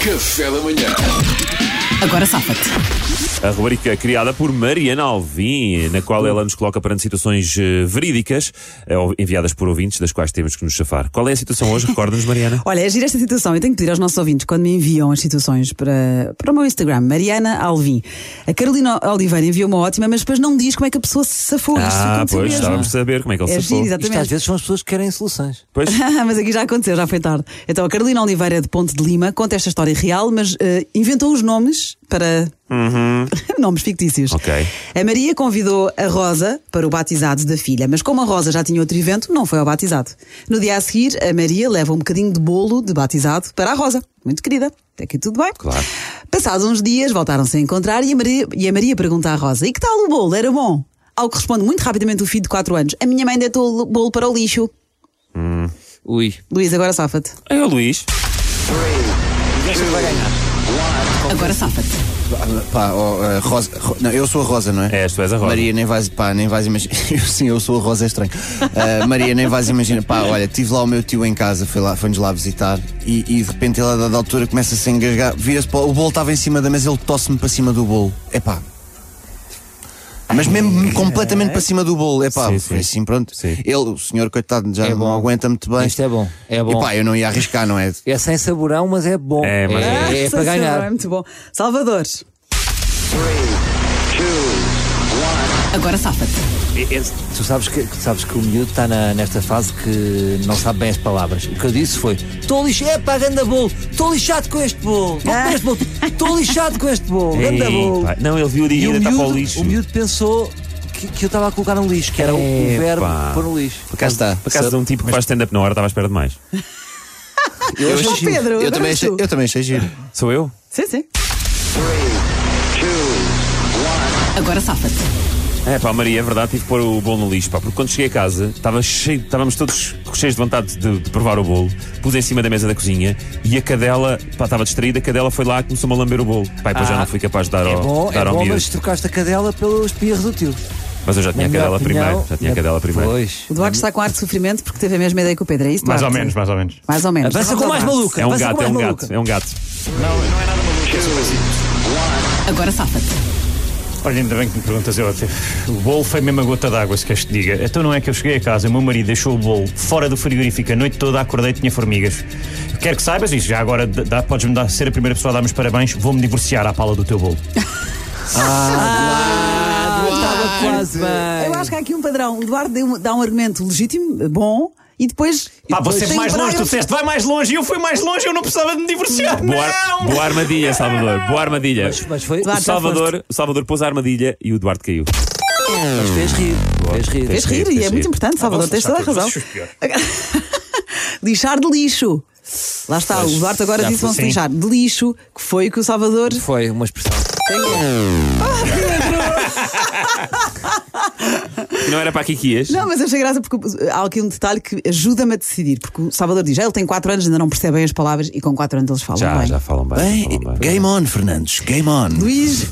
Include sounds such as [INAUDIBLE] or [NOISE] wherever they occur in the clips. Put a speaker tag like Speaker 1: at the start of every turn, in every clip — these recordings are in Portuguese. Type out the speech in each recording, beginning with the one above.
Speaker 1: Café da manhã.
Speaker 2: Agora safa-te.
Speaker 3: A rubrica criada por Mariana Alvim, na qual ela nos coloca perante situações eh, verídicas eh, ou- enviadas por ouvintes, das quais temos que nos chafar. Qual é a situação hoje? Recorda-nos, Mariana.
Speaker 2: Olha, é gira esta situação. Eu tenho que pedir aos nossos ouvintes, quando me enviam as situações para, para o meu Instagram, Mariana Alvim. A Carolina Oliveira enviou uma ótima, mas depois não me diz como é que a pessoa se safou. [LAUGHS] Isto
Speaker 3: ah,
Speaker 2: aconteceu
Speaker 3: pois,
Speaker 2: mesmo. [LAUGHS]
Speaker 3: estávamos a saber como é que ele
Speaker 2: É
Speaker 3: safou.
Speaker 2: giro,
Speaker 4: Isto às
Speaker 2: exatamente.
Speaker 4: vezes são as pessoas que querem soluções.
Speaker 3: Pois,
Speaker 2: mas aqui já aconteceu, já foi tarde. Então, a Carolina Oliveira de Ponte de Lima conta esta história real, mas eh, inventou os nomes para. [LAUGHS] nomes fictícios.
Speaker 3: Uhum. Ok.
Speaker 2: A Maria convidou a Rosa para o batizado da filha, mas como a Rosa já tinha outro evento, não foi ao batizado. No dia a seguir, a Maria leva um bocadinho de bolo de batizado para a Rosa. Muito querida, até aqui tudo bem.
Speaker 3: Claro.
Speaker 2: Passados uns dias, voltaram-se a encontrar e a, Maria, e a Maria pergunta à Rosa: E que tal o bolo? Era bom? Ao que responde muito rapidamente o filho de 4 anos: A minha mãe deitou o bolo para o lixo.
Speaker 4: Ui.
Speaker 2: Luís, agora safa-te.
Speaker 3: é o Luís.
Speaker 2: Agora safa-te.
Speaker 5: Pá, ó, eh, Rosa. Ro- Não, eu sou a Rosa, não é?
Speaker 3: És, tu és a Rosa.
Speaker 5: Maria, nem vais, pá, nem vais imaginar. Sim, [LAUGHS] eu sou a Rosa, é estranho. Ah, Maria, nem vais imaginar. Pá, olha, tive lá o meu tio em casa, foi lá, foi-nos lá visitar e, e de repente ele, a dada altura, começa a se engasgar, vira-se para o o bolo estava em cima da mesa, ele tosse-me para cima do bolo. É pá. Mas mesmo completamente para cima do bolo, é pá,
Speaker 3: Sim, sim.
Speaker 5: foi assim, pronto.
Speaker 3: Sim.
Speaker 5: Ele, o senhor, coitado, já
Speaker 4: É
Speaker 5: não
Speaker 4: bom.
Speaker 5: aguenta muito bem.
Speaker 4: Isto é bom, é bom.
Speaker 5: E pá, eu não ia arriscar, não é?
Speaker 4: É sem saborão, mas é bom.
Speaker 3: É, mas é.
Speaker 4: é para
Speaker 2: É
Speaker 4: ganhar.
Speaker 2: muito bom. Salvador. Agora safa-te.
Speaker 4: É- é- tu sabes que, que sabes que o miúdo está na- nesta fase que não sabe bem as palavras. O que eu disse foi: estou lixado, é para ganda bolo, estou lixado com este bolo, vou comer este [LAUGHS] bolo, estou lixado com este bolo, ganda bolo.
Speaker 3: Ei, pá. não, ele viu o
Speaker 4: E
Speaker 3: dia
Speaker 4: o
Speaker 3: e está para o
Speaker 4: miúdo,
Speaker 3: lixo.
Speaker 4: o miúdo pensou que, que eu estava a colocar no lixo, que era o- o
Speaker 3: Epá.
Speaker 4: verbo pôr no lixo.
Speaker 5: Cá está.
Speaker 3: Por acaso de um tipo que faz stand-up na hora, estava à espera demais.
Speaker 5: Eu, achei
Speaker 2: Oh,
Speaker 5: giro.
Speaker 2: Pedro,
Speaker 5: eu, também
Speaker 2: agora
Speaker 5: achei,
Speaker 2: tu.
Speaker 5: eu também achei giro.
Speaker 3: Sou eu?
Speaker 2: Sim, sim. Agora safa-te.
Speaker 3: É pá, Maria, é verdade, tive que pôr o bolo no lixo, pá, porque quando cheguei a casa, estava cheio, estávamos todos cheios de vontade de, de provar o bolo, pus em cima da mesa da cozinha e a cadela, pá, estava distraída, a cadela foi lá e começou-me a lamber o bolo. Pá, e depois já
Speaker 4: Ah,
Speaker 3: não fui capaz de dar
Speaker 4: É
Speaker 3: ao,
Speaker 4: bom, é
Speaker 3: dar ao
Speaker 4: bom,
Speaker 3: miúdo.
Speaker 4: mas
Speaker 3: Mas...
Speaker 4: trocaste a cadela pelos pirros do tio.
Speaker 3: eu já tinha a
Speaker 4: Na minha
Speaker 3: cadela
Speaker 4: opinião,
Speaker 3: primeiro, já tinha a
Speaker 4: na-
Speaker 3: cadela primeiro.
Speaker 4: Pois.
Speaker 2: O Duarte está com arte de sofrimento porque teve a mesma ideia que o Pedro, é isso?
Speaker 6: Mais ou
Speaker 2: Duarte?
Speaker 6: menos, mais ou menos.
Speaker 2: Mais ou menos.
Speaker 4: Avança com mais maluca.
Speaker 3: É um
Speaker 4: avança com
Speaker 3: gato, é
Speaker 4: mais
Speaker 3: um
Speaker 4: maluca.
Speaker 3: gato, é um gato.
Speaker 2: Agora safa-te.
Speaker 6: Olha, ainda bem que me perguntas eu até. O bolo foi mesmo a gota d'água, se queres que te diga. Então não é que eu cheguei a casa, o meu marido deixou o bolo fora do frigorífico a noite toda, acordei e tinha formigas. Quero que saibas isso, já agora d- dá- podes-me dar, ser a primeira pessoa a dar-me os parabéns, vou-me divorciar à pala do teu bolo.
Speaker 4: Estava quase
Speaker 2: Eu
Speaker 4: bem.
Speaker 2: acho que há aqui um padrão. O Duarte deu- dá um argumento legítimo, bom, e depois.
Speaker 6: Pá, você
Speaker 2: tem
Speaker 6: mais
Speaker 2: que parar-
Speaker 6: longe, tu disseste, vai mais longe, e eu fui mais longe, eu não precisava de me divorciar.
Speaker 3: Boa, ar-
Speaker 6: não!
Speaker 3: boa armadilha, Salvador, boa armadilha.
Speaker 4: Mas foi.
Speaker 2: Claro.
Speaker 3: o, Salvador, o Salvador pôs a armadilha e o Duarte caiu.
Speaker 4: Mas fez rir. Fez rir.
Speaker 2: Fez rir, e
Speaker 3: fez
Speaker 2: é
Speaker 3: rir.
Speaker 2: muito importante, Salvador,
Speaker 6: vamos
Speaker 2: tens toda a
Speaker 6: deixar
Speaker 2: razão.
Speaker 6: todos os piores.
Speaker 2: [LAUGHS] lixar de lixo. Lá está, o Duarte agora
Speaker 6: já
Speaker 2: disse
Speaker 6: foi
Speaker 2: vão-se
Speaker 6: assim.
Speaker 2: lixar de lixo, que foi o que o
Speaker 6: [LAUGHS]
Speaker 2: Salvador.
Speaker 4: Foi uma expressão.
Speaker 3: Não era para aqui que ias?
Speaker 2: Não, mas eu achei graça porque uh, há aqui um detalhe que ajuda-me a decidir. Porque o Salvador diz: "Ah, ele tem 4 anos, ainda não percebe bem as palavras e com 4 anos eles falam
Speaker 3: Já,
Speaker 6: é.
Speaker 2: bem.
Speaker 3: já falam bem.
Speaker 5: Bem,
Speaker 3: falam bem.
Speaker 5: game on, Fernandes, game on.
Speaker 2: Luís uh,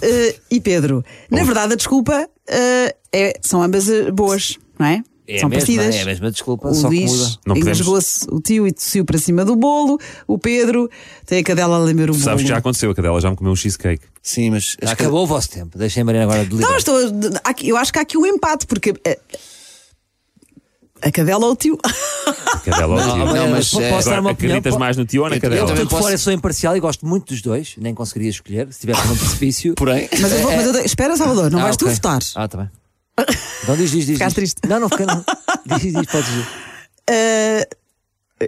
Speaker 2: e Pedro. Na verdade, a desculpa uh, é- são ambas uh, boas, não é?
Speaker 4: É
Speaker 2: são
Speaker 4: a mesma,
Speaker 2: parecidas.
Speaker 4: é a mesma desculpa,
Speaker 2: O
Speaker 4: só que
Speaker 2: Luís
Speaker 4: muda.
Speaker 3: Não podemos-
Speaker 2: engasgou-se o tio e tossiu para cima do bolo. O Pedro tem a cadela a lamber o bolo.
Speaker 3: Sabes que já aconteceu, a cadela já me comeu um cheesecake.
Speaker 5: Sim, mas
Speaker 4: Já
Speaker 5: as
Speaker 4: acabou o vosso tempo. Deixem a Mariana agora de
Speaker 2: Não,
Speaker 4: ligar.
Speaker 2: estou, há aqui- eu acho que há aqui o empate, porque eh, a, cadela ou o tio. [LAUGHS]
Speaker 3: A cadela ao tio.
Speaker 4: Mariana,
Speaker 5: não, mas,
Speaker 4: po-
Speaker 5: eh,
Speaker 4: posso dar é uma
Speaker 3: Agora,
Speaker 4: opinião?
Speaker 3: acreditas
Speaker 4: Po-
Speaker 3: mais no tio ou na
Speaker 5: Eu-
Speaker 4: Eu,
Speaker 3: cadela?
Speaker 4: por
Speaker 5: também posso-
Speaker 4: fora, sou imparcial e gosto muito dos dois. Nem conseguiria escolher se tivesse um precipício.
Speaker 5: Porém,
Speaker 2: Mas, eu vou, mas eu dei- espera, Salvador, não
Speaker 4: Ah,
Speaker 2: vais
Speaker 4: ok.
Speaker 2: tu votar.
Speaker 4: Ah, tá bem. Então diz, diz, diz.
Speaker 2: Ficaste
Speaker 4: diz.
Speaker 2: triste.
Speaker 4: Não, não fica. Não. Diz, diz, diz, podes dizer.
Speaker 2: Eh,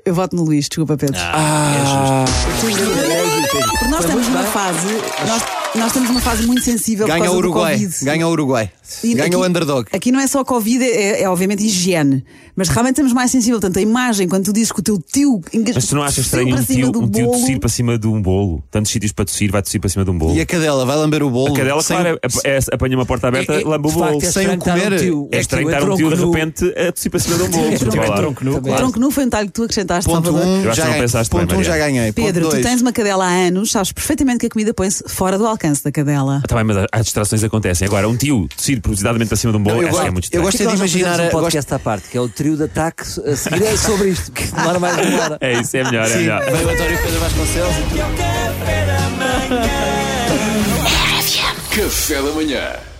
Speaker 2: eu voto no Luís, desculpa, Pedro.
Speaker 5: Ah,
Speaker 2: Ah,
Speaker 5: é
Speaker 2: Porque nós
Speaker 4: Foi
Speaker 2: estamos
Speaker 4: muito
Speaker 2: numa
Speaker 4: bem.
Speaker 2: fase. Nós, nós estamos numa fase muito sensível por
Speaker 5: ganha
Speaker 2: causa
Speaker 5: o Uruguai.
Speaker 2: do Covid.
Speaker 5: Ganha o Uruguai.
Speaker 2: E
Speaker 5: Ganha o underdog.
Speaker 2: Aqui não é só Covid, é, é obviamente higiene. Mas realmente estamos mais sensíveis. Portanto, a imagem, quando tu dizes que o teu tio. engas-
Speaker 3: Mas tu não achas
Speaker 2: tossiu
Speaker 3: estranho
Speaker 2: para
Speaker 3: um
Speaker 2: cima
Speaker 3: tio,
Speaker 2: do
Speaker 3: um tio
Speaker 2: bolo?
Speaker 3: tossir para cima de um bolo? Tantos sítios para tossir, vai tossir para cima de
Speaker 2: é-
Speaker 3: um bolo.
Speaker 5: E é a cadela vai lamber o bolo.
Speaker 3: A cadela,
Speaker 5: sem-
Speaker 3: claro, é, é- apanha uma porta aberta,
Speaker 4: É- é-
Speaker 3: lambe o
Speaker 4: de facto,
Speaker 3: bolo.
Speaker 4: é
Speaker 5: sem o
Speaker 4: estranho estar um
Speaker 5: comer.
Speaker 4: tio-
Speaker 3: É estranho estar um tio de
Speaker 4: tronco nu.
Speaker 3: repente a tossir para cima de um bolo.
Speaker 6: Se tiver
Speaker 3: Vá lá.
Speaker 6: tronco nu,
Speaker 4: Também.
Speaker 6: claro.
Speaker 2: Tronco nu foi um detalhe que tu acrescentaste,
Speaker 5: Ponto
Speaker 2: Salvador.
Speaker 5: 1,
Speaker 3: Eu acho que
Speaker 5: já
Speaker 3: não
Speaker 5: ganhei.
Speaker 3: pensaste bem,
Speaker 5: Ponto um, já
Speaker 3: Mariana.
Speaker 5: ganhei.
Speaker 2: Pedro,
Speaker 5: Ponto
Speaker 2: tu
Speaker 5: dois.
Speaker 2: tens uma cadela há anos, sabes perfeitamente que a comida põe-se fora do alcance da cadela.
Speaker 3: Ah, tá bem, mas há- há distrações acontecem. Agora, um tio tossir propositadamente para cima de um bolo,
Speaker 5: Não, eu
Speaker 3: essa
Speaker 5: gosto-
Speaker 3: é muito
Speaker 5: eu
Speaker 3: estranho.
Speaker 5: gosto
Speaker 4: Porquê que
Speaker 5: é de
Speaker 4: nós não fazemos
Speaker 5: imaginar.
Speaker 4: um
Speaker 5: gosto-
Speaker 4: podcast à parte, que é o trio de ataque a seguir é sobre isto, que demora mais de uma hora.
Speaker 3: É isso, é melhor, é melhor.
Speaker 5: Vem o António Pedro Vasconcelos.
Speaker 7: Café
Speaker 1: Café da Manhã